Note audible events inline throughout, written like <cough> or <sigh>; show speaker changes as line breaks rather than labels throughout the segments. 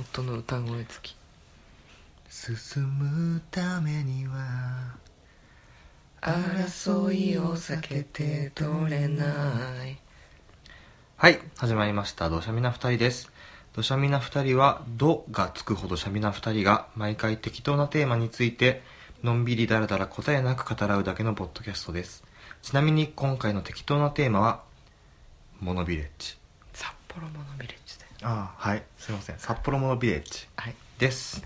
夫の歌声付き
進むためには
争いを避けて取れない
はい始まりました「どしゃみな二人」です「どしゃみな二人」は「ど」がつくほどしゃみな二人が毎回適当なテーマについてのんびりだらだら答えなく語らうだけのポッドキャストですちなみに今回の適当なテーマは「モノビレッジ
札幌モノビレッジで」
ああはいすいません札幌モノビレッジ
はい
です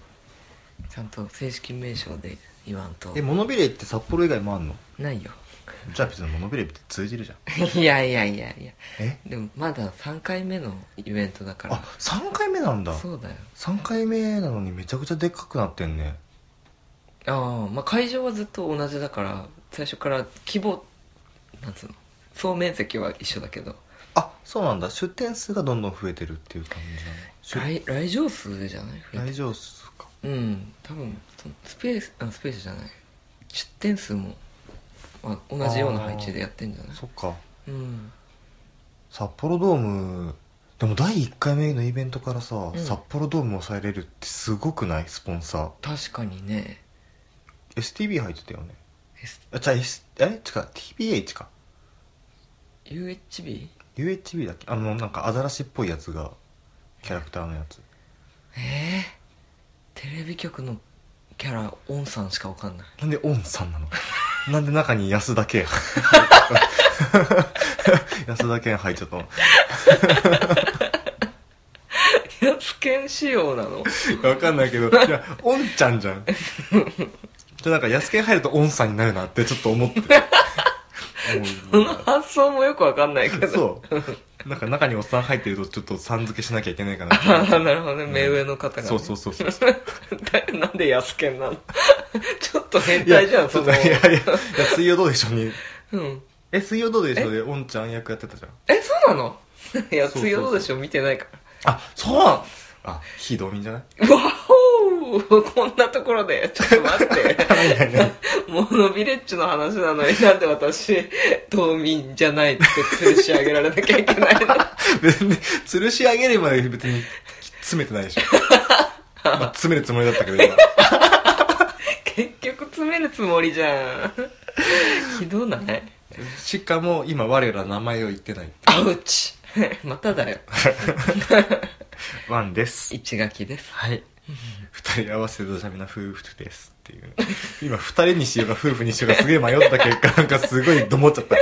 ちゃんと正式名称で言わんと
えモノビレって札幌以外もあんの
ないよ <laughs>
じゃあ別にモノビレって通じるじゃん
いやいやいやいや
え
でもまだ3回目のイベントだか
あ
ら
三3回目なんだ
そうだよ
3回目なのにめちゃくちゃでっかくなってんね
ああまあ会場はずっと同じだから最初から規模なんつうの総面積は一緒だけど
あそうなんだ出店数がどんどん増えてるっていう感じなの
来来場数じゃない
出来場数か
うん多分そのスペースあスペースじゃない出店数も、まあ、同じような配置でやってんじゃない
そっか
うん
札幌ドームでも第1回目のイベントからさ、
ん
札幌ドーム抑えれるってすごくないスポンサー
確かにね
STB 入ってたよね
S
あじゃあ、S、え違う TBH か
UHB?
UHB だっけあのなんかアザラシっぽいやつがキャラクターのやつ
えー、テレビ局のキャラオンさんしかわかんない
なんでオンさんなのなんで中に安田健 <laughs> 安田健入っちゃったの
安健仕様なの
わかんない <laughs> けど、いや、オンちゃんじゃん。じゃあなんか、安家入るとオンさんになるなってちょっと思 <laughs> って。
その発想もよくわかんないけど
そう。なんか中におっさん入ってるとちょっとさん付けしなきゃいけないかなって <laughs>
ああなるほどね目上の方が、ね
そうそうそうそう。 <laughs>
だ <laughs> なんで安健なの <laughs> ちょっと変
いや
態じゃん
ち
そ
ょっ
の
といやいや、いや水曜どうでしょうに。
うん
え、水曜どうでしょうで、オンちゃん役やってたじゃん。
えそうなの <laughs> いや
そうそうそう
強そうでしょ見てないから
あ、そうなんあ、非道民じゃない
わお <laughs> こんなところでちょっと待って
いやいや
モノビレッジの話なのになんで私島民じゃないって吊るし上げられなきゃいけないの
別に、吊るし上げるまで別に詰めてない <laughs> でしょ。まあ、詰めるつもりだったけど、今。
<laughs> 結局詰めるつもりじゃんひどない
しかも今我ら名前を言ってない
アウチ <laughs> まただよ
ワンです
一垣です
はい二人合わせてドジャミな夫婦ですっていう今二人にしようか夫婦にしようかすげえ迷った結 <laughs> 果なんかすごいどもっちゃった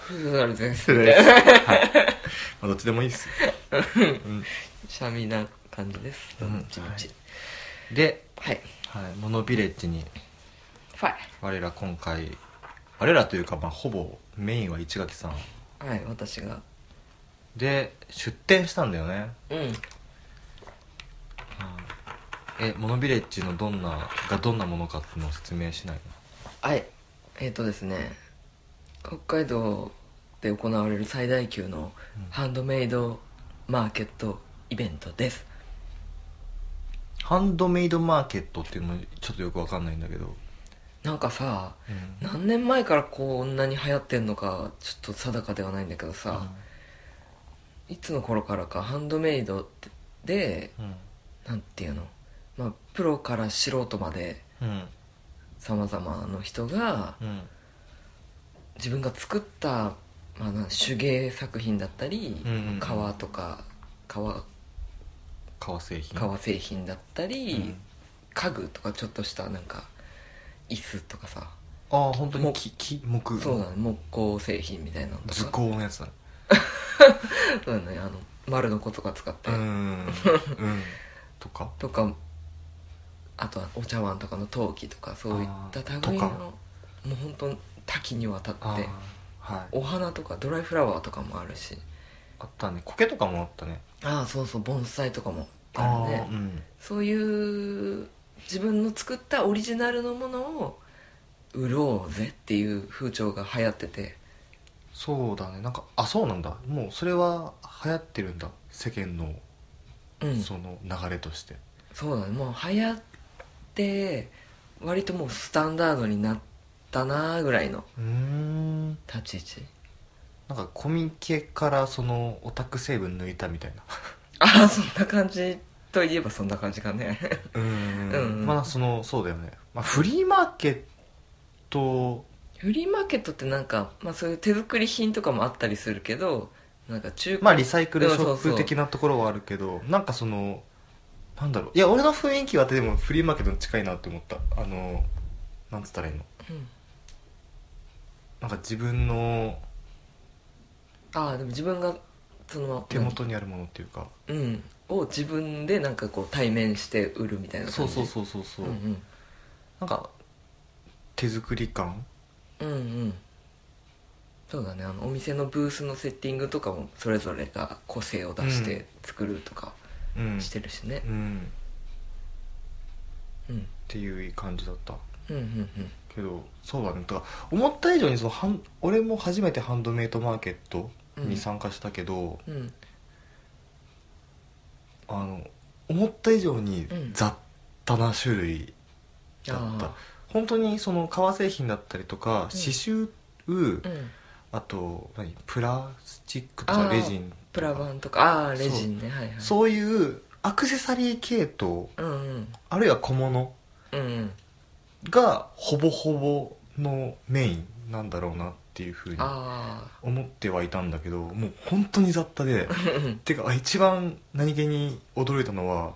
フードルです
失礼です、はいまあ、どっちでもいいです、
シャミな感じです
うん
一日
で、
はい
はい、モノビレッジに
ファイ
我ら今回我らというかまあほぼメインは市垣さん
はい私が
で出店したんだよね
うん
えモノビレッジのどんながどんなものかっていうのを説明しない
はいえっ、とですね北海道で行われる最大級のハンドメイドマーケットイベントです
ハンドメイドマーケットっていうのもちょっとよくわかんないんだけど、
なんかさ何年前からこんなに流行ってんのかちょっと定かではないんだけどさ、いつの頃からかハンドメイドってで
うん
なんていうの、まあ、プロから素人まで
うん
様々な人が
うん
自分が作った、まあな、手芸作品だったり、
うんうんうん
革とか革
革製品
革製品だったり、
うん
家具とかちょっとしたなんか椅子とかさ、
ああ本当に木木木
そうだね木工製品みたいなのとか
図工のやつだね
そうだねあの丸のコとか使って、
うんうんとか
とかあとはお茶碗とかの陶器とかそういっ
あ
た
ー
類の
とか
もう本当多岐にわたって
あーはい
お花とかドライフラワーとかもあるし
あったね苔とかもあったね
ああそうそう盆栽とかもあるね
ーうん
そういう自分の作ったオリジナルのものを売ろうぜっていう風潮が流行ってて
そうだねなんかあそうなんだもうそれは流行ってるんだ世間の
うん
その流れとして
そうだねもう流行って割ともうスタンダードになったなぐらいの
うーん
立ち位置
なんかコミケからそのオタク成分抜いたみたいな
<laughs> ああそんな感じといえばそんな感じか
<laughs>
ね
うん
うん
まあそのそうだよね、まあ、フリーマーケット
フリーマーケットってなんか、まあ、そういう手作り品とかもあったりするけどなんか中古、
まあリサイクルシ
う
ョ
ん
ップ的なところはあるけどなんかそのなんだろういや俺の雰囲気はあってでもフリーマーケットに近いなって思ったあのなんつったらいいの
うん
なんか自分の
ああでも自分がその
手元にあるものっていうか
うんを自分でなんかこう対面して売るみたいな
そ
感
う
じ
そうそうそうそう、
うん
なんか手作り感
うんうんうんそうだねあのお店のブースのセッティングとかもそれぞれが個性を出して作るとか
うん
してるしね
うん
うん
っていう感じだった
うんうんうん
けどそうだねとか思った以上にそのハン俺も初めてハンドメイドマーケットに参加したけど、
うん
あの思った以上に
うん
雑多な種類だった、
あ
本当にその革製品だったりとか刺繍、
ーうん
あと何プラスチックと
あ
か
ー
レジン
プ
と
ラ
か
板とかああーレジンねはいはい
そういうアクセサリー系統
うんうん
あるいは小物
うんうん
がほぼほぼのメインなんだろうなっていうふうに
あ
思ってはいたんだけどもう本当に雑多
<laughs>
で
あうん
てかあ一番何気に驚いたのは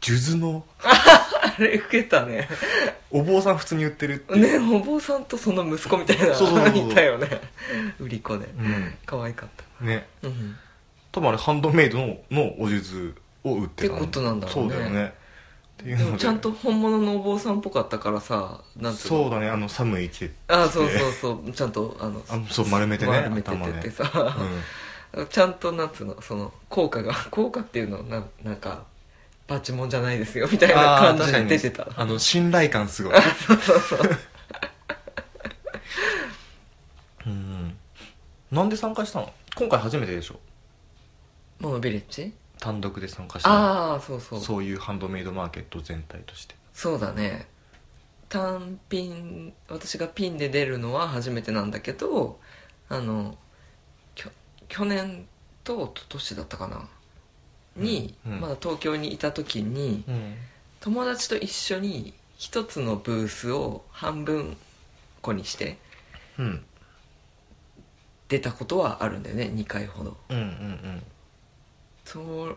数珠の
あれ受けたね
お坊さん普通に売ってるっていう、
ねお坊さんとその息子みたいな
そうそうそうそう
いたよね売り子で可愛かっ
うん、ね
たうん
多分あれハンドメイドののお数珠を売ってた
ってことなんだろうね
そうだよねっていう
で
の
も
で
ちゃんと本物のお坊さんっぽかったからさなんていうの
そうだねあの寒い季節
ああそうそうそうちゃんとあの
あそう丸めてね
丸めて
頭
て
ね
てさ、 <laughs> ちゃんとなんつうのその効果が <laughs> 効果っていうのなんなんかパチモンじゃないですよみたいな
あ
感
ー確
じ
か
で
に
出てた
あの信頼感すごい
そうそうそう
うんなんで参加したの今回初めてでしょ
モノビレッジ
単独で参加したの
ああそうそうそう
そういうハンドメイドマーケット全体として
だね単品私がピンで出るのは初めてなんだけどあのきょ去年と一昨年だったかなに、
うんうん
まだ東京にいた時に
うん
友達と一緒に一つのブースを半分こにして
うん
出たことはあるんだよね2回ほど
うんうん
そ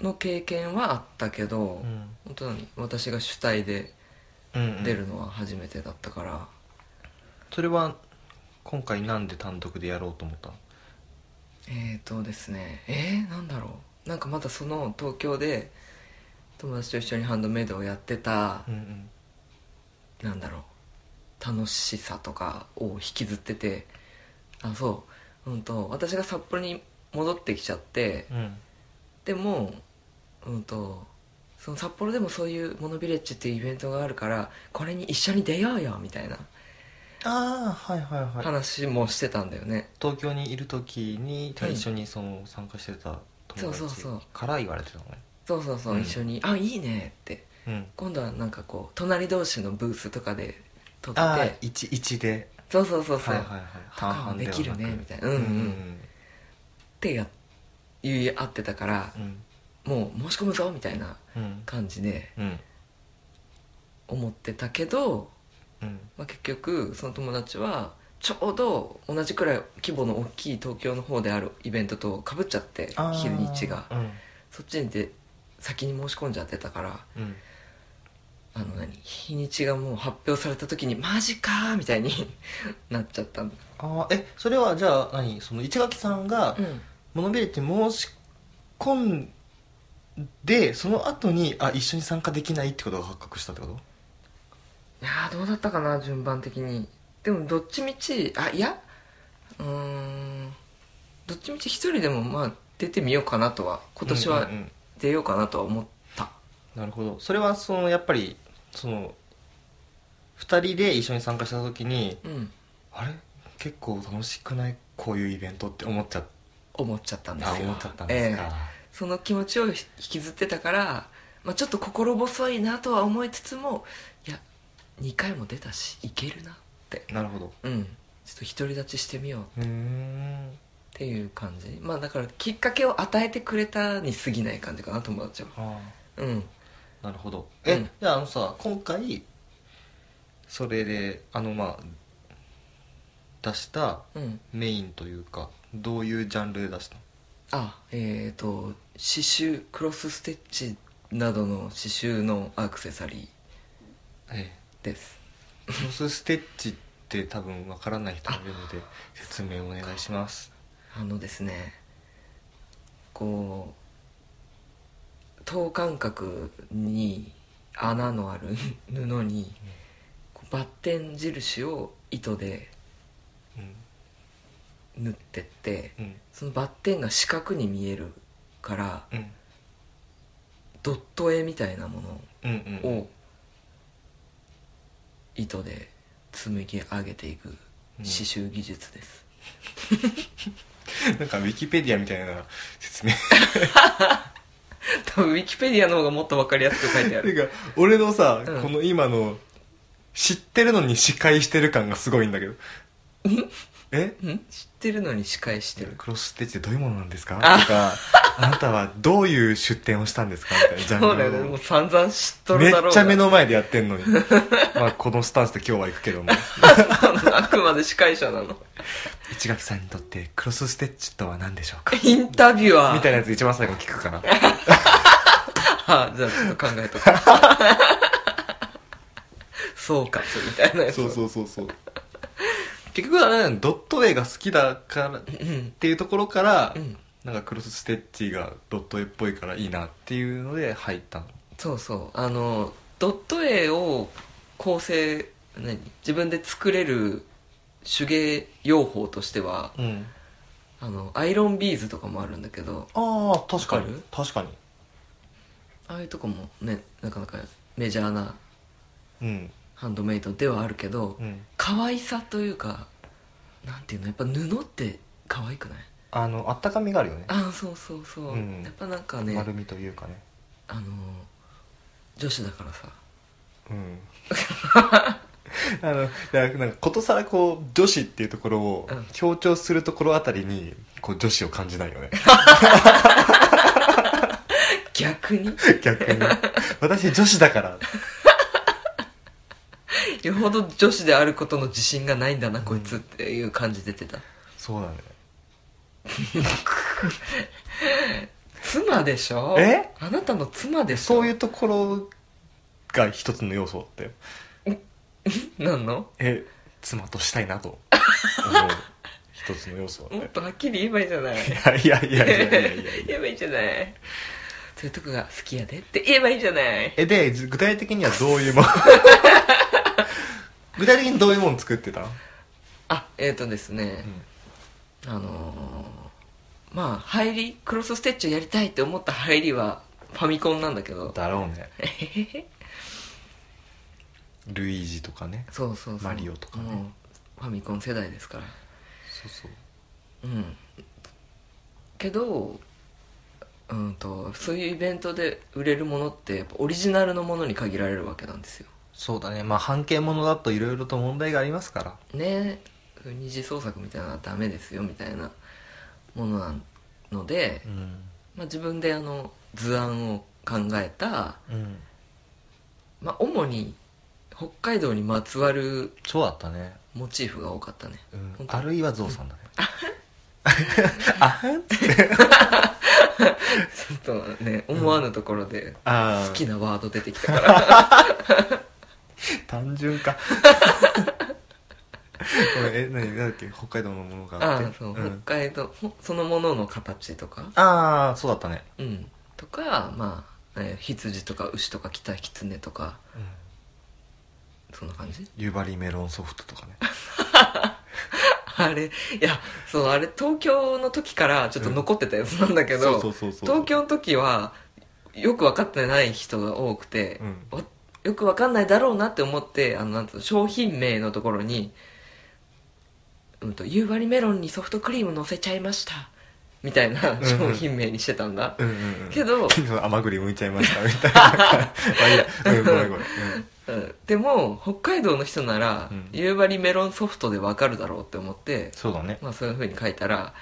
の経験はあったけど、
うん
本当に私が主体で
うん
出るのは初めてだったから、
それは今回なんで単独でやろうと思ったの
えーとですねえー、なんだろうなんかまだその東京で友達と一緒にハンドメイドをやってた、
うん
なんだろう楽しさとかを引きずっててあそううんと私が札幌に戻ってきちゃって
うんうん
でもうんとその札幌でもそういうモノビレッジっていうイベントがあるからこれに一緒に出ようよみたいな
ああはいはいはい
話もしてたんだよね、
東京にいる時に
うん
一緒にその参加してた友
そうそう
達
そう
から言われてたのね
そうそうそう、
うん
一緒に「あいいね」って
うん
今度はなんかこう隣同士のブースとかで撮っ
ああ
て
11で
そうそうそうそう、
はいはいはい
かもできるね
半々はなく
みたいなうんうんってや言い合ってたから
う、ん
もう申し込むぞみたいな
うん
感じで
うん
思ってたけど、
うん
まあ、結局その友達はちょうど同じくらい規模の大きい東京の方であるイベントとかぶっちゃって
あー
日にちが
うん
そっちにで先に申し込んじゃってたから
うん
あの何日にちがもう発表された時にマジかーみたいに <laughs> なっちゃったんだ
ああえそれはじゃあ何その市垣さんが
うん
モノビレッジに申し込んでその後にあ一緒に参加できないってことが発覚したってこと
いやーどうだったかな順番的にでもどっちみちあいやうーんどっちみち一人でもまあ出てみようかなとは今年は
うんうんうん
出ようかなとは思った
なるほどそれはそのやっぱりその2人で一緒に参加した時に
うん、
あれ結構楽しくないこういうイベントって思っちゃっ
思っちゃったんです
た
よ
あ思っちゃったんです
ええ
か、
その気持ちを引きずってたから、まあ、ちょっと心細いなとは思いつつもいや2回も出たしいけるなって
なるほど
うんちょっと独り立ちしてみようっ
うーん
てっていう感じまあだからきっかけを与えてくれたに過ぎない感じかな友達は
あ
うん
あなるほど
うん
え、じゃああのさ今回それであのまあ出した
うん
メインというかどういうジャンルで出したの
あえっ、と刺繍クロスステッチなどの刺繍のアクセサリ
え
ーです
えクロスステッチって多分わからない人もいるので説明お願いします
あのですねこう等間隔に穴のある布にこうバッテン印を糸で
うん
縫ってって
うん
そのバッテンが四角に見えるから
うん
ドット絵みたいなも
うんう
の
ん
を糸で紡ぎ上げていく刺繍技術です、
なんかウィキペディアみたいな説明
多分ウィキペディアの方がもっと分かりやすく書いてあ
て <laughs>
る
か俺のさ、
うん
この今の知ってるのに司会してる感がすごいんだけどえ
ん知ってるのに司会してる
クロスステッチってどういうものなんですかと
あ
かあなたはどういう出店をしたんですかみたいなジャンル
そうだよ
を
ねもう散々知っと
め
る
っ
だろう
ちゃ目
の
の前でやってんのに <laughs> まあこのスタンスで今日は行くけども
あくまで司会者なの
市垣さんにとってクロスステッチとは何でしょうか
<laughs> インタビュアー
みたいなやつ一番最後聞くかな
あじゃあちょっと考えとく総括みたいなやつ
<laughs> そうそうそうそう結局はねドット絵が好きだからっ
うん
ていうところから、
うん
なんかクロスステッチがドット絵っぽいからいいなっていうので入ったの
そうそうあのドット絵を構成何自分で作れる手芸用法としては
うん
あのアイロンビーズとかもあるんだけど
ああ確
かに
確かに
ああいうとこもねなかなかメジャーな
うん
ハンドメイドではあるけど
うん
可愛さというかなんていうのやっぱ布って可愛くない
あのあったかみがあるよね
ああそうそうそう、
うん
やっぱなんかね
みというかね
あの女子だからさ
うんあのだからなんかことさらこう女子っていうところを
うん
強調するところあたりにこう女子を感じないよね <laughs>
逆に <laughs>
逆に私女子だから
よほど女子であることの自信がないんだなこいつっていう感じ出てた
そうだね
妻でしょ
え
あなたの妻でしょ
そういうところが一つの要素だったよ
なんの
え妻としたいなと思う一つの要素だっ
もっとはっきり言えばいいじゃない
たよ <laughs> いやいやいやいやいやい
<laughs> 言
や
えばいいじゃないそういうとこが好きやでって言えばいいじゃない
えで具体的にはどうい
<laughs>
うもん具体的にどういうもん作ってたの、
あえっ、ー、とですね、あのーまあ入りクロスステッチをやりたいって思った入りはファミコンなんだけど
だろうね <laughs> ルイージとかね
そうそうそう
マリオとかね
もうファミコン世代ですから
そうそう
うんけどうんとそういうイベントで売れるものってやっぱオリジナルのものに限られるわけなんですよ
そうだねまあ半径ものだといろいろと問題がありますから
ね二次創作みたいなのはダメですよみたいなものなので、
うん
まあ、自分であの図案を考えた、
うん
まあ、主に北海道にまつわる
そうだったね、
モチーフが多かったね
うん
本当
あるいはゾウさんだねあはん
ちょっとね思わぬところで
あ
好
ー
きなワード出てきたから、
単純か <laughs> ごめんえ何だっけ北海道のものが
あ
あって
あそう、
ん
北海道ほそのものの形とか
あーそうだったね、
うんとかまあ、えー羊とか牛とか北狐とかそんな感じ <laughs>
夕張メロンソフトとかね
あれいやそうあれ東京の時からちょっと残ってたやつなんだけど、
そうそうそうそう
東京の時はよく分かってない人が多くて、
う
わよく分かんないだろうなって思ってあのなんつうの商品名のところに「うん、と夕張メロンにソフトクリーム乗せちゃいました」みたいな
うん
商品名にしてたんだ、
うんうんうん
け
<laughs>
ど
金の甘栗むいちゃいましたみたいな <laughs> まあいいや、うん、ごめんごめん、
うんでも北海道の人なら、
うん
夕張メロンソフトで分かるだろうって思って、
そうだね
まあ、そういうふうに書いたら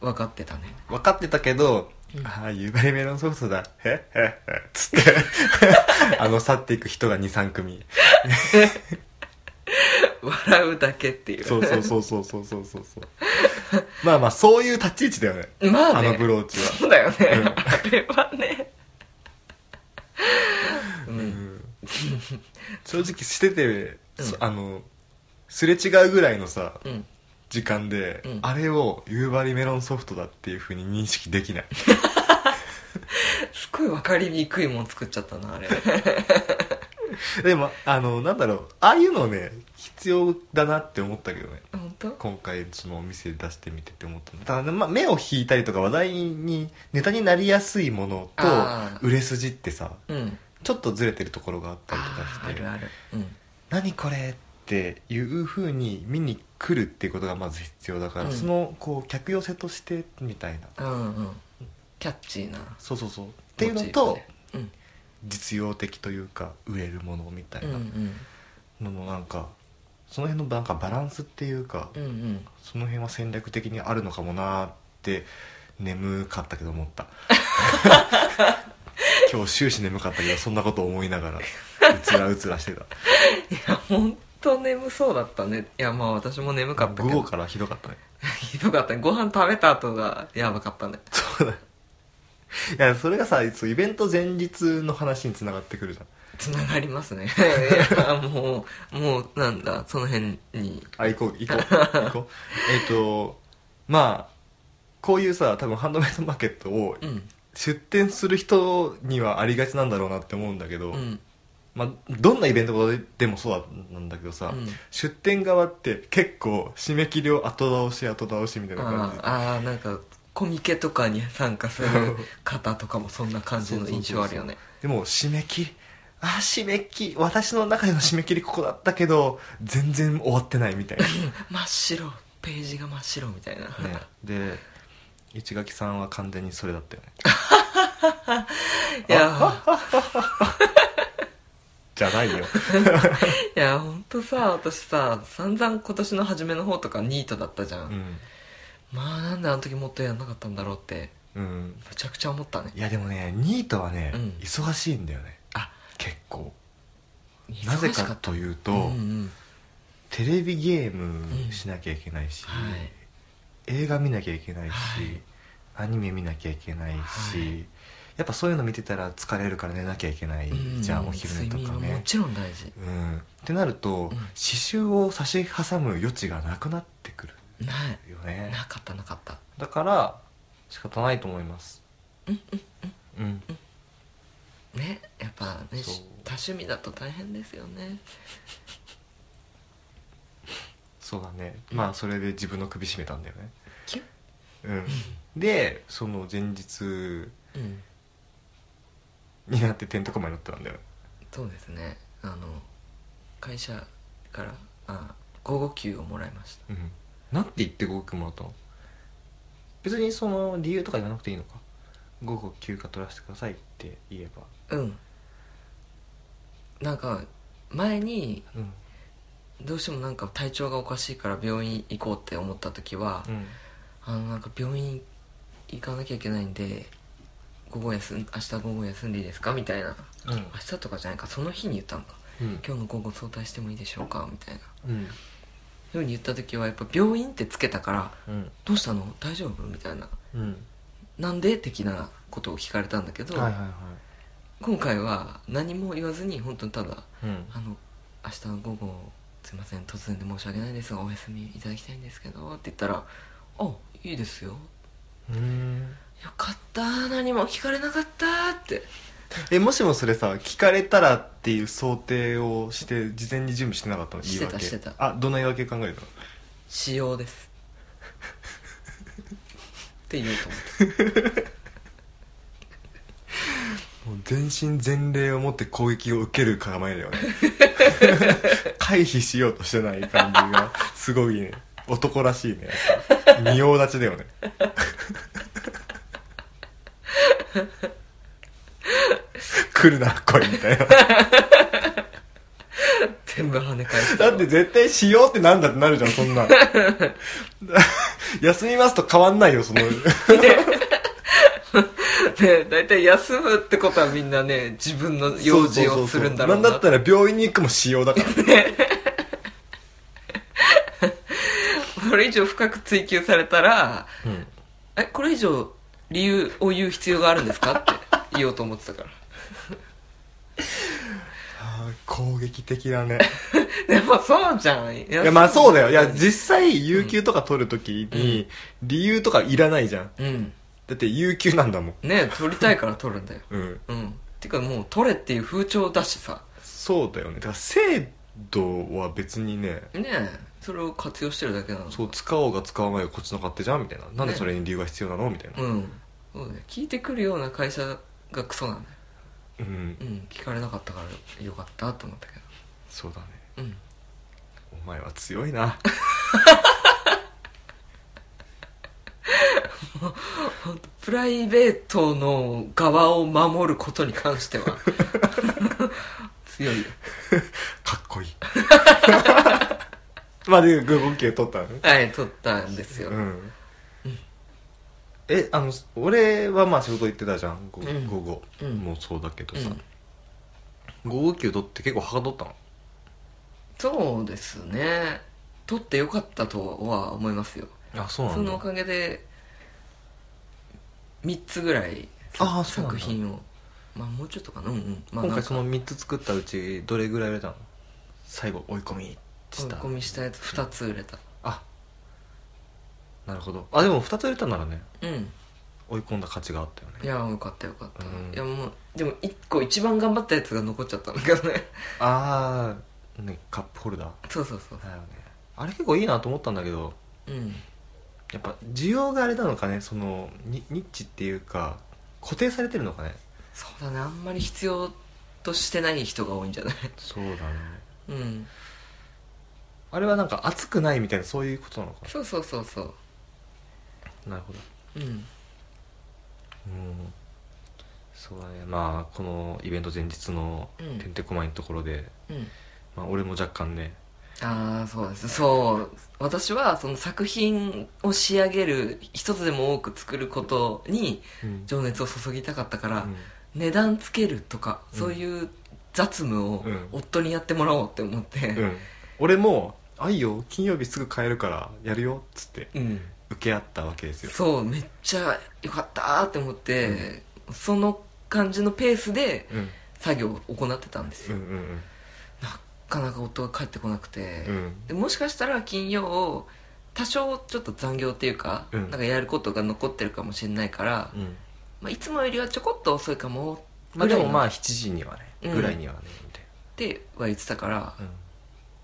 分かってたね
分かってたけど、
うん
ああ夕張メロンソフトだへっへっへっつって
<laughs>
あの去っていく人が23組
笑うだけっていう
そうそうそうそうそうそうそうそうまあまあそういう立ち位置だよね
<laughs> まあね
のブローチは
そうだよね、
うん
あれはねう
うんん正直してて、そ
うん
あのすれ違うぐらいのさ
うん
時間で、
うん
あれを夕張メロンソフトだっていうふうに認識できない
すごい分かりにくいもん作っちゃったなあれ
でもあのなんだろうああいうのね必要だなって思ったけどね
本当
今回そのお店出してみてって思ったのただ、まあ、目を引いたりとか話題にネタになりやすいもの
あ
と売れ筋ってさ
うん
ちょっとずれてるところがあったりと
あー
か
あ
して
るあるうん
何これっていうふうに見に来るっていうことがまず必要だから、
うん
そのこう客寄せとしてみたいな
うんうんキャッチーなっ
そうそうそうっていうのと
うん
実用的というか売れるものみた
う
い
んう
なんののなんかその辺のなんかバランスっていうか、
うんうん
その辺は戦略的にあるのかもなーって眠かったけど思った
<laughs>
今日終始眠かったけどそんなこと思いながらうつらうつらしてた
いや本当眠そうだったねいやまあ私も眠かった
午
け
後
ど
からひどかったね
ひどかったねご飯食べた後がやばかったね
そうだいやそれがさそうイベント前日の話につながってくるじゃん
つながります
<laughs>
ねいやもうもうなんだその辺に
あ行こう行
<laughs>
こう行こうえっ、とまあこういうさ多分ハンドメイドマーケットを
うん
出店する人にはありがちなんだろうなって思うんだけど、
うん
まあ、どんなイベントでもそうなんだけどさ、
うん
出店側って結構締め切りを後倒し後倒しみたいな感じで
あーあーなんかコミケとかに参加す
<laughs>
る方とかもそんな感じの印象あるよね
でも締め切りあー締め切り私の中での締め切りここだったけど全然終わってないみたいな、
<laughs> 真っ白ページが真っ白みたいな、
ね、で市垣さんは完全にそれだったよね
いや
じゃないよ
<laughs> いや本当さ私さ散々今年の初めの方とかニートだったじゃん、
うん、
まあなんであの時もっとやんなかったんだろうって
うん、
むちゃくちゃ思ったね
いやでもねニートはね、
うん
忙しいんだよね
あ
結構なぜかというと、
うんうん
テレビゲームしなきゃいけないし、
はい
映画見なきゃいけないし、
はい
アニメ見なきゃいけないし、
はい
やっぱそういうの見てたら疲れるから寝なきゃいけないじゃん、
うん
お昼寝とか
睡眠はも
ね
ちろん大事
うんってなると、
ん
刺繍を差し挟む余地がなくなってくる
ない
よね
なかったなかった
だから仕方ないと思いますうん
ねやっぱね
そう
し多趣味だと大変ですよね
そうだね
うん
まあそれで自分の首絞めたんだよね
キュッ
うんでその前日
うん
になって点とかもになってたんだよ
そうですねあの会社からあ午後休をもらいました
うん、なんて言って午後休もらったの別にその理由とか言わなくていいのか午後休暇取らせてくださいって言えば
うんなんか前に
うん
どうしてもなんか体調がおかしいから病院行こうって思った時は、
うん
あのなんか病院行かなきゃいけないんで午後休ん明日午後休んでいいですかみたいな
うん
明日とかじゃないかその日に言ったのか
うん
今日の午後早退してもいいでしょうかみたいな
うん
ふうに言った時はやっぱ病院ってつけたから
うん
どうしたの大丈夫みたいな
うん
なんで的なことを聞かれたんだけど、
はいはいは
今回は何も言わずに本当にただ
いうん
あの明日の午後すいません突然で申し訳ないですがお休みいただきたいんですけどって言ったら「あいいですよ」
うーん
「よかった何も聞かれなかった」って
えもしもそれさ聞かれたらっていう想定をして事前に準備してなかったの
してたしてた
あどんな言い訳考えたの
「仕様です」 <laughs> って言おうと思って
もう全身全霊を持って攻撃を受ける構えだ
<laughs>
よね回避しようとしてない感じがすごいね男らしいね仁王立ちだよね来るな来いみたいな
全部跳ね返した
だって絶対しようってなんだってなるじゃんそんなんい休みますと変わんないよ、その。
ね大体休むってことはみんなね自分の <laughs> 用事
そうそうそうそ
を
う
するんだろう
な
なん
だったら病院に行くも仕様だから。
それ以上深く追求されたら
うん。
えこれ以上理由を言う必要があるんですかって言おうと思ってたから
あー攻撃的だね。
<laughs> でもそうじゃんい
いや、まあそうだよ。いや、
うん
実際、有給とか取るときに、理由とかいらないじゃん。
うん
だって、有給なんだもん。
ね取りたいから取るんだよ
うん。
うんてかもう取れっていう風潮だしさ
そうだよね。だから、制度は別にね、
ねえそれを活用してるだけなの
そう、使おうが使わないがこっちの勝手じゃんみたいな。なんで
ね
それに理由が必要なのみたいな。
うんそうだよ聞いてくるような会社がクソなんだよ
うん
う。ん聞かれなかったからよかったと思ったけ
そうだね。
どうん
お前は強いな。
プライベートの側を守ることに関して
<laughs>
は強いよ
かっこ
<laughs>
いい。まあ、で、グーゴン系取ったのね。
はい取ったんですよ、
うん。え、あの、俺はまあ仕事行ってたじゃん。午
うん
午後。
うん
もうそうだけど
う
さ
ん。
午後休取って結構はかどったの
そうですね取ってよかったとは思いますよ
あ、そう
そのお。かげで3つぐらい
あーそうな
作
んだ
品をまあもうちょっとかなうんうんまあ
今
なんか
回その3つ作ったうち、どれぐらい売れたの最後、追い込みし
追い
た
込。みしたやつ2つ売れた
あ、なるほど。あ、でも2つ売れたならね、
うん
追い込んだ価値があったよ
い
ね。
やよかったよかった、
うん
いやもうでも1個一番頑張ったやつが残っちゃったんだけどね
あー、ね、カップホルダー。
<laughs> そうそうそう
だよね。あれ結構いいなと思ったんだけど、
うん
やっぱ需要があれなのかねそのニニッチっていうか固定されてるのかね
そうだねあんまり必要としてない人が多いんじゃない
そうだね
うん
あれはなんか熱くないみたいなそういうことなのか
そうそうそうそう
ななるほど
うん
うんそうだねまあこのイベント前日の
うん
てんてこまいのところで、
うん
まあ、俺も若干ね
ああそうですそう私はその作品を仕上げる一つでも多く作ることに
うん
情熱を注ぎたかったから、値段つけるとかそういう雑務を
うん
夫にやってもらおうって思って
うんうん俺も「あいいよ金曜日すぐ帰るからやるよ」っつって
うん
受け合ったわけですよ
そうめっちゃよかったーって思って、その感じのペースで
うん
作業を行ってたんです
う
よ、
んうん
なかなか夫が帰ってこなくて、
うんうん
でもしかしたら金曜多少ちょっと残業っていうか,、
うん
なんかやることが残ってるかもしれないから、
うん
まあ、いつもよりはちょこっと遅いかも
まあでもま
あ
あ7時にはね
うん
ぐらいにはねみたい
っては言ってたから、
な、うん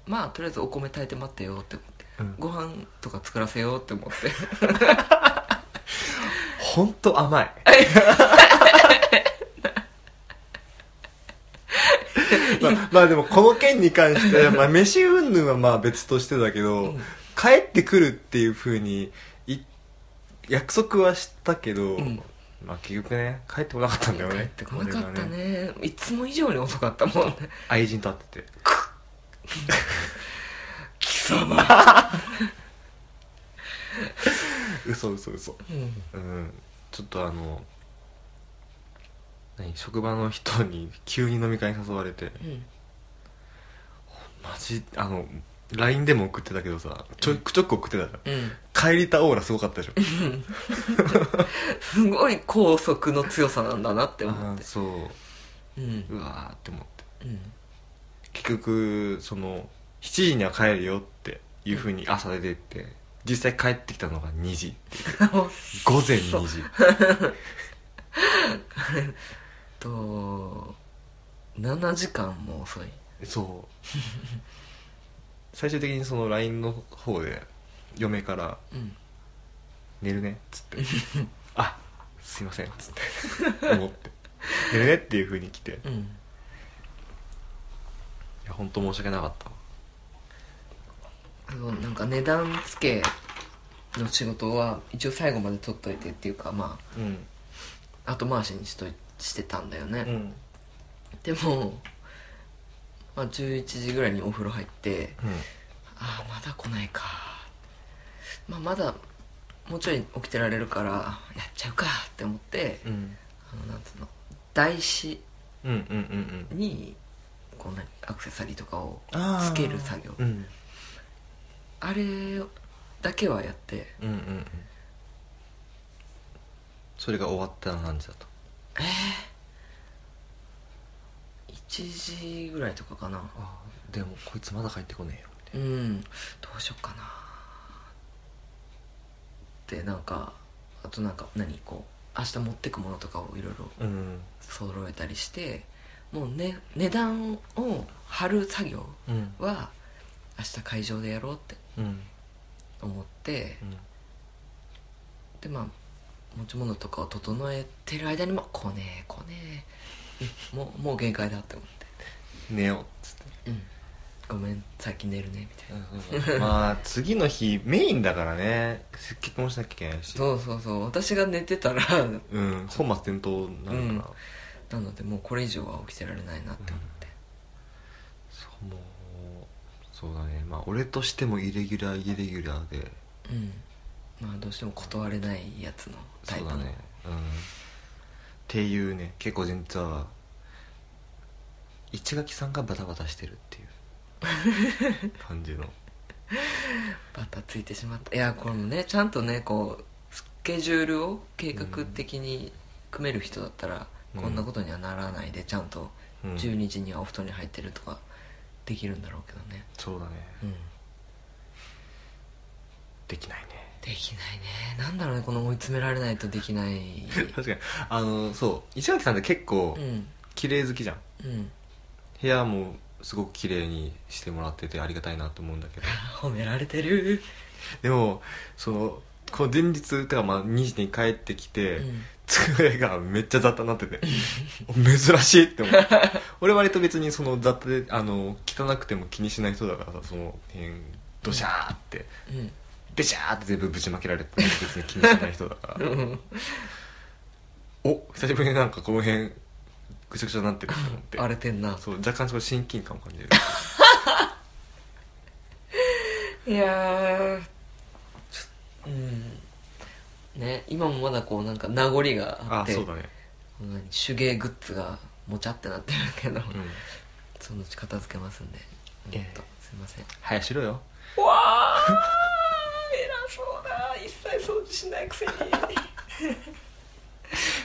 まあとりあえずお米炊いて待ってよって思って、
うん
ご飯とか作らせようって思って
ほんと甘い。まあ、まあでもこの件に関して、まあ飯云々はまあ別としてだけど、
うん
帰ってくるっていうふうにい約束はしたけど、
うん
まあ結局ね、帰ってこなかったんだよね。
帰ってこなかっ
俺
た
が
ね。いつも以上に遅かったもんね
愛人と会ってて。
貴様、
嘘嘘嘘。
うん、
うん。ちょっとあの、何職場の人に急に飲み会に誘われて、
うん
マジあの LINE でも送ってたけどさちょくちょく送ってたじゃん
うん
帰りたオーラすごかっ
<laughs>
たでしょ
すごい高速の強さなんだなって思
あ
っ
ー
て
そ
う
う
ん
うわーって思って
うん
結局その7時には帰るよっていうふうに朝出てって実際帰ってきたのが2時
<laughs>
午前2時
と7時間も遅い
そう
<laughs>
最終的にその LINE の方で嫁から
うん
「寝るね」っつ
<laughs>
って「あすいません」っつって思って「寝るね」っていうふうに来てい
うん
や本当申し訳なかった
あ
わ
のなんか値段付けの仕事は一応最後まで取っといてっていうかま
うん
あ後回しにしといしてたんだよね、
うん
でも、まあ、11時ぐらいにお風呂入って
うん
ああまだ来ないか、まあ、まだもうちょい起きてられるからやっちゃうかって思って
うん
あのなんつうの台紙
うんうんうんうん
にこうなアクセサリーとかを
あー
つける作業
うん
あれだけはやって
うんうんうんそれが終わったの何時だと
えー、1時ぐらいとかかな
ああでもこいつまだ帰ってこねえよみたい
うんどうしようかなってなんかあとなんか何こう明日持ってくものとかをいろいろ
なうん
揃えたりしてもう、ね、値段を貼る作業
うん
は明日会場でやろうって
うん
思って
うん
でまあ持ち物とかを整えてる間にも「来ねえ来ねえうんもうもう限界だ」って思って
寝ようっつっ
「うんごめん最近寝るね」みたいな
てまあ次の日メインだからね結婚しなきゃいけないし
そうそうそう私が寝てたら <laughs>
うん本末転倒なのかな、
うんなのでもうこれ以上は起きてられないなって思って
そうもうそうだねまあ俺としてもイレギュラーイレギュラーで
うんまあどうしても断れないやつのタイ
そ
プ
う
の
だねうんっていうね結構全然は一垣さんがバタバタしてるっていう
<laughs>
感じの
バタついてしまったいやこれもねちゃんとねこうスケジュールを計画的に組める人だったら、
うん
こんなことにはならないでちゃんと
うん
12時にはお布団に入ってるとかできるんだろうけどね
そうだね
うん
できないね
できないねなんだろうねこの追い詰められないとできない
<laughs> 確かにあのそう一垣さんって結構
うん
綺麗好きじゃん
うん
部屋もすごく綺麗にしてもらっててありがたいなと思うんだ
<laughs>
けど
褒められてる、
でもそのこの前日てかまあ2時に帰ってきて、
うん
机がめっちゃ雑多になってて珍しい <laughs> って思って俺割と別にその雑多であの汚くても気にしない人だからさその辺ドシャーって
う
<laughs>
ん
ベシャーって全部ぶちまけられても別に気にしない人だから
うん
お久しぶりになんかこの辺ぐちゃぐちゃになってるって思って
荒れてんな
そう若干そこ親近感を感じる
いやーちょうんね今もまだこうなんか名残があ
あ
って
そうだね
この何手芸グッズがもちゃってなってるけど、
うん
そのうち片付けますんで
いや
ほんとすいません
早くしろよ
わあ偉そうだ一切掃除しないくせに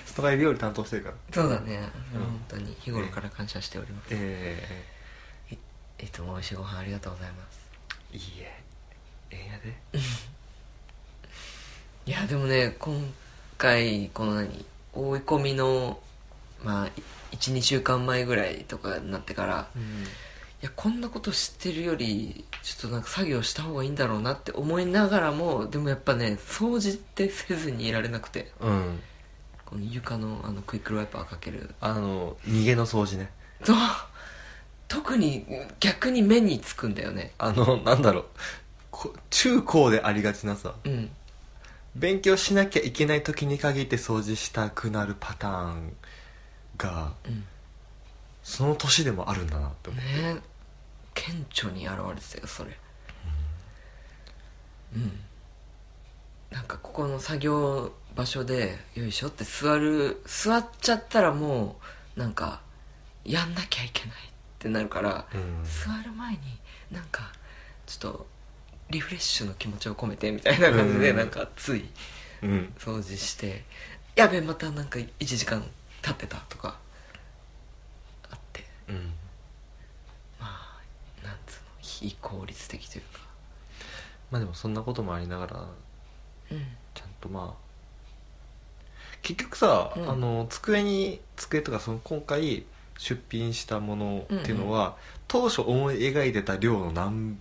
ストライ料理担当してるから
そうだね、
うん
本当に日頃から感謝しております、
え
いいつも美味しいご飯ありがとうございます
えいいえええやで
いやでもね今回この何追い込みのまあ12週間前ぐらいとかになってから
うん
いやこんなこと知ってるよりちょっとなんか作業した方がいいんだろうなって思いながらもでもやっぱね掃除ってせずにいられなくて
うん
この床のあのクイックルワイパーかける
あの逃げの掃除ね
と特に逆に目につくんだよね
あのなんだろうこ中高でありがちなさ
うん
勉強しなきゃいけない時に限って掃除したくなるパターンが
うん
その年でもあるんだなって思う
ね顕著に現れてたよそれうんなんかここの作業場所でよいしょって座る座っちゃったらもうなんかやんなきゃいけないってなるから、
うん
座る前になんかちょっとリフレッシュの気持ちを込めてみたいな感じで
うん
なんかつい
うん
掃除してやべえまたなんか1時間経ってたとかあって
うん
まあなんつうの非効率的というか
まあでもそんなこともありながら
うん
ちゃんとまあ結局さ、
うん
あの机に机とかその今回出品したものっていうのは、当初思い描いてた量の何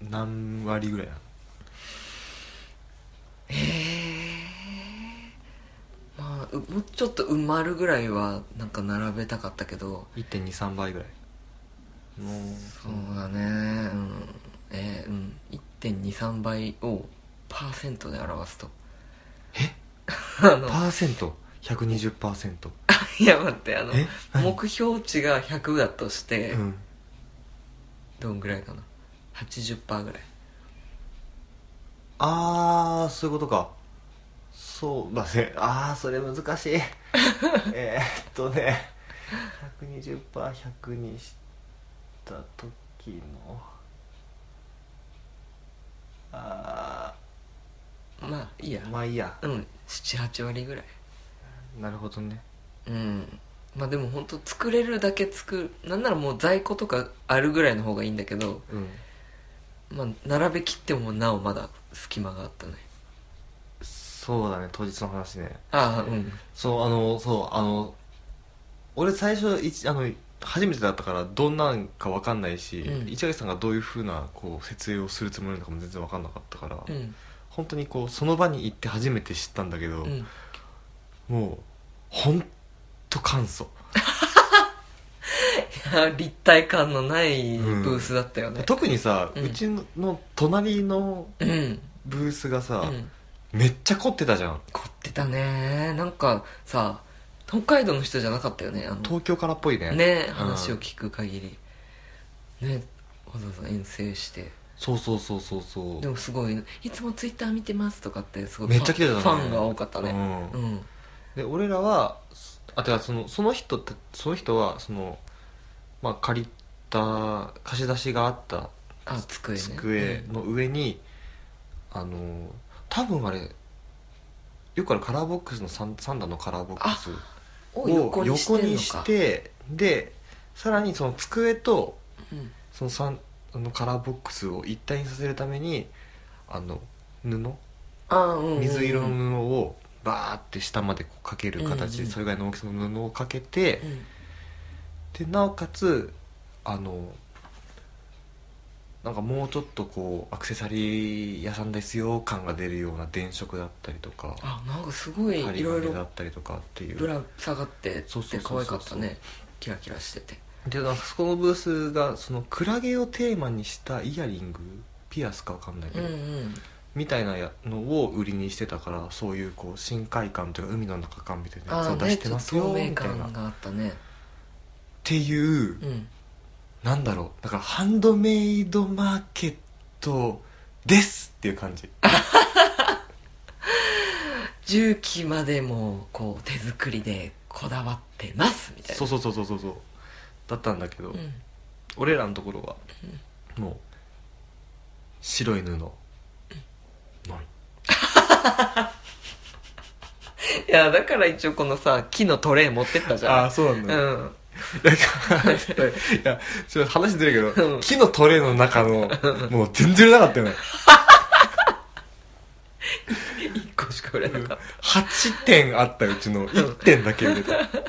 何割ぐらいなの
へえまあうもうちょっと埋まるぐらいはなんか並べたかったけど
1.23倍ぐらいの
そうだねうんえー、うん1.23倍をパーセントで表すとえ <laughs> あの
パーセント120%
いや待ってあの
え何
目標値が100だとして、
うん
どんぐらいかな80%ぐらい
ああそういうことかそうだねああそれ難し
<laughs>
いえーっとね 120%100 にした時のあ
まあいいや
あまあいいや
うん78割ぐらい
なるほどね
うんまあでも本当作れるだけ作るなんならもう在庫とかあるぐらいの方がいいんだけど
うん
まあ並べきってもなおまだ隙間があったね
そうだね当日の話ね
ああうん
そうあのそうあの俺最初一あの初めてだったからどんなんか分かんないし、
うん
市垣さんがどういうふうなこう設営をするつもりなのかも全然分かんなかったから、
うん
本当にこうその場に行って初めて知ったんだけど、
うん
もうほんと簡素、
いや立体感のないブースだったよね
特にさ、う
うん
ちの隣の
うん、
ブースが
う
さ、
ん、
めっちゃ凝ってたじゃん
凝ってたねなんかさ北海道の人じゃなかったよねあの
東京からっぽいね
ね
うん
話を聞く限り、ねわざわざ遠征して
そうそうそうそうそう
でもすごいいつもツイッター見てますとかってすごい
めっちゃ来てたね
ファンが多かったね
うん
うん、
で俺らはあてかそのその人たその人はその、まあ、借りた貸し出しがあった
あ机ね
机の上に、あの多分あれよくあるカラーボックスの 3, 三段のカラーボックス
を
を
横
横
に
に
してるの
し
か
てでさらにその机と
うん
その三あのカラーボックスを一体にさせるためにあの布
あーうんうんうん
水色の布をバーって下までこうかける形
うんう
で
ん
それぐらいの大きさの布をかけて
うん
でなおかつあのなんかもうちょっとこうアクセサリー屋さんですよ感が出るような電飾だったりとか
あなんかすごいい
針
ろい
金だ
ろ
ったりとかってい
ぶ
う
ら下がってって
そうそう
可
そうそう
愛かったねキラキラしてて
でなんかそこのブースがそのクラゲをテーマにしたイヤリングピアスかわかんないけ
うん
ど、
うん
みたいなやのを売りにしてたからそういうこう深海感というか海の中感みたいなや
あ
つ
あ
を
ー
出
ね
して
ちょ
ま
っと
すよ
透明
みたいなっ
感があったね
ていう
うん
なんだろうだからハンドメイドマーケットですっていう感じ
重機までもこう手作りでこだわってますみたいな
そうそうそうそうそうそうだったんだけど、
うん
俺らのところは、もう白い布のみ
いやだから一応このさ木のトレイ持ってったじゃん
ああそうなん
うん
だ、なんかいやちょっと話ずれるけど、
うん
木のトレーの中のもう全然売れなかったよね
1個しか売れなかっ
8点あったうちの1点だけ売れた
た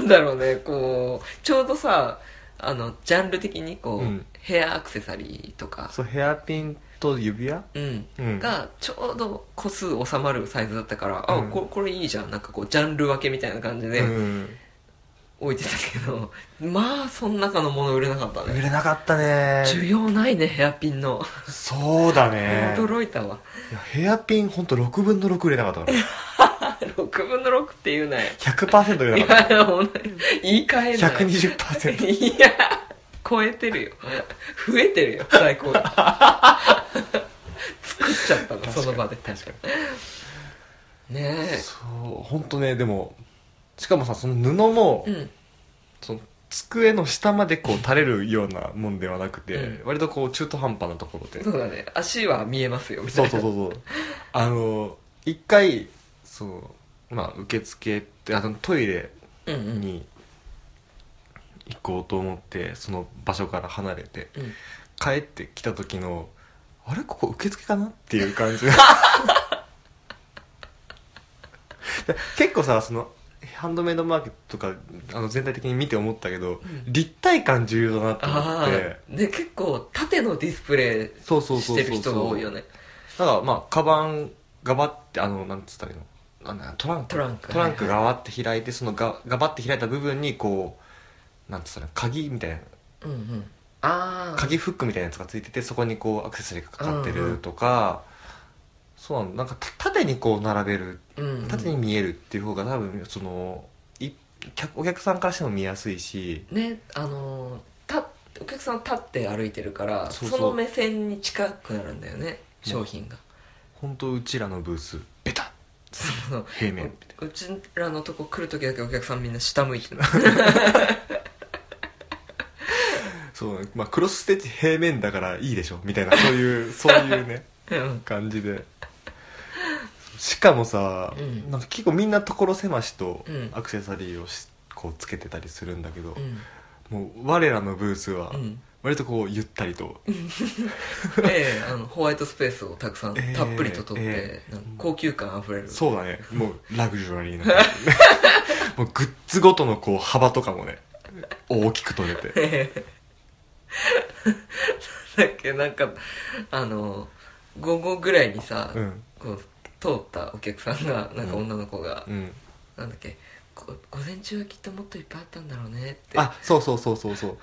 <laughs> なんだろうねこうちょうどさあのジャンル的にこう、
うん
ヘアアクセサリーとか
そうヘアピンと指輪
うん
うん
がちょうど個数収まるサイズだったから、
う
あ
ん
これこれいいじゃんなんかこうジャンル分けみたいな感じ
う
で
ん
置いてたけど、まあその中のもの売れなかった
売
ね
れなかったね
需要ないねヘアピンの、
そうだね
驚いたわ <laughs>
いやヘアピンほんと6分の6売れなかったから
6分の6って言うなよ
100%売
い
れなかっ
やもう言い換え
た
ない
120%
<laughs> いや超えてるよ増えてるよ最
<laughs>
高作っちゃったのその場で
確か
ね
にそう本当ねでもしかもさその布も、
えうん
その机の下までこう垂れるようなもんではなくて、
う
割とこう中途半端なところで
そうだね足は見えますよみたい
そう
な
そうそうそうあの一回そうまあ受付ってあのトイレ
うんうん
に行こうと思ってその場所から離れて
うん
帰ってきた時のあれここ受付かなっていう感 <laughs> じで結構さそのハンドメイドマーケットとかあの全体的に見て思ったけど、
ん
立体感重要だなと思
あ
って
あで結構縦のディスプレ
そうそ
イ
うそ
し
うそ
て
う
る人が多いよね
だからまあカバンガバってあのなんつったらいいのあなトランク
トランク
トランクガバって開いてそのガガバって開いた部分にこうなんつったらいいの鍵みたいな
うんうんああ
鍵フックみたいなやつがついててそこにこうアクセサリーがかかって
うんう
る
ん
とか、そうなのなんかた縦にこう並べる
うんうん
縦に見えるっていう方が多分そのい客お客さんからしても見やすいし
ねあのーたお客さん立って歩いてるから
そ
そう
そう
の目線に近くなるんだよね商品が
本当うちらのブースベタ
その
平面
うちらのとこ来る時だけお客さんみんな下向いてる
そう、まあ、クロスステッチ平面だからいいでしょみたいなそう
<laughs>
いうそういうね
<laughs> うん
感じでしかもさ、
うん
なんか結構みんな所狭しと
うん
アクセサリーをしこうつけてたりするんだけど、
うん
もう我らのブースは
うん
割とこうゆったりと、
ええあのホワイトスペースをたくさん、
ええ
たっぷりと取って、
ええ
なんか高級感あふれる
そうだねもうラグジュアリーな感
<laughs>
じもうグッズごとのこう幅とかもね大きく取れて
ええ <laughs> だっけなんかあの午後ぐらいにさ、
うん
こう通ったお客さんがなんか
うん
女の子が、
うん
なんだっけこ午前中はきっともっといっぱいあったんだろうねって
あそうそうそうそうそう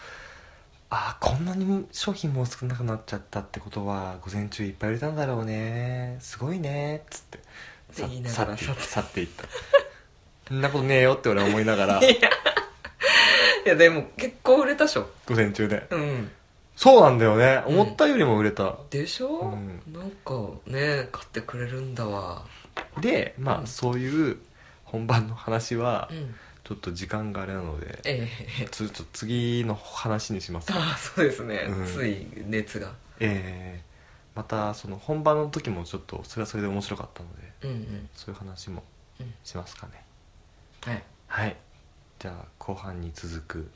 あーこんなに商品も少なくなっちゃったってことは午前中いっぱい売れたんだろうねすごいねっつってさ
言いながら
去って去っていったそんなことねえよって俺は思いなが
<laughs>
ら
いやでも結構売れたっしょ
午前中で
うん
そうなんだよね
うん
思ったよりも売れた、
でしょ、
うん
なんかね買ってくれるんだわ
でまあ、
うん
そういう本番の話は
うん
ちょっと時間があれなので
ええ <laughs>
ちょっと次の話にします
ああそうですね、
うん
つい熱が
えーまたその本番の時もちょっとそれはそれで面白かったので
うんうん
そういう話も
うん
しますかね、
はい
はいじゃあ後半に続く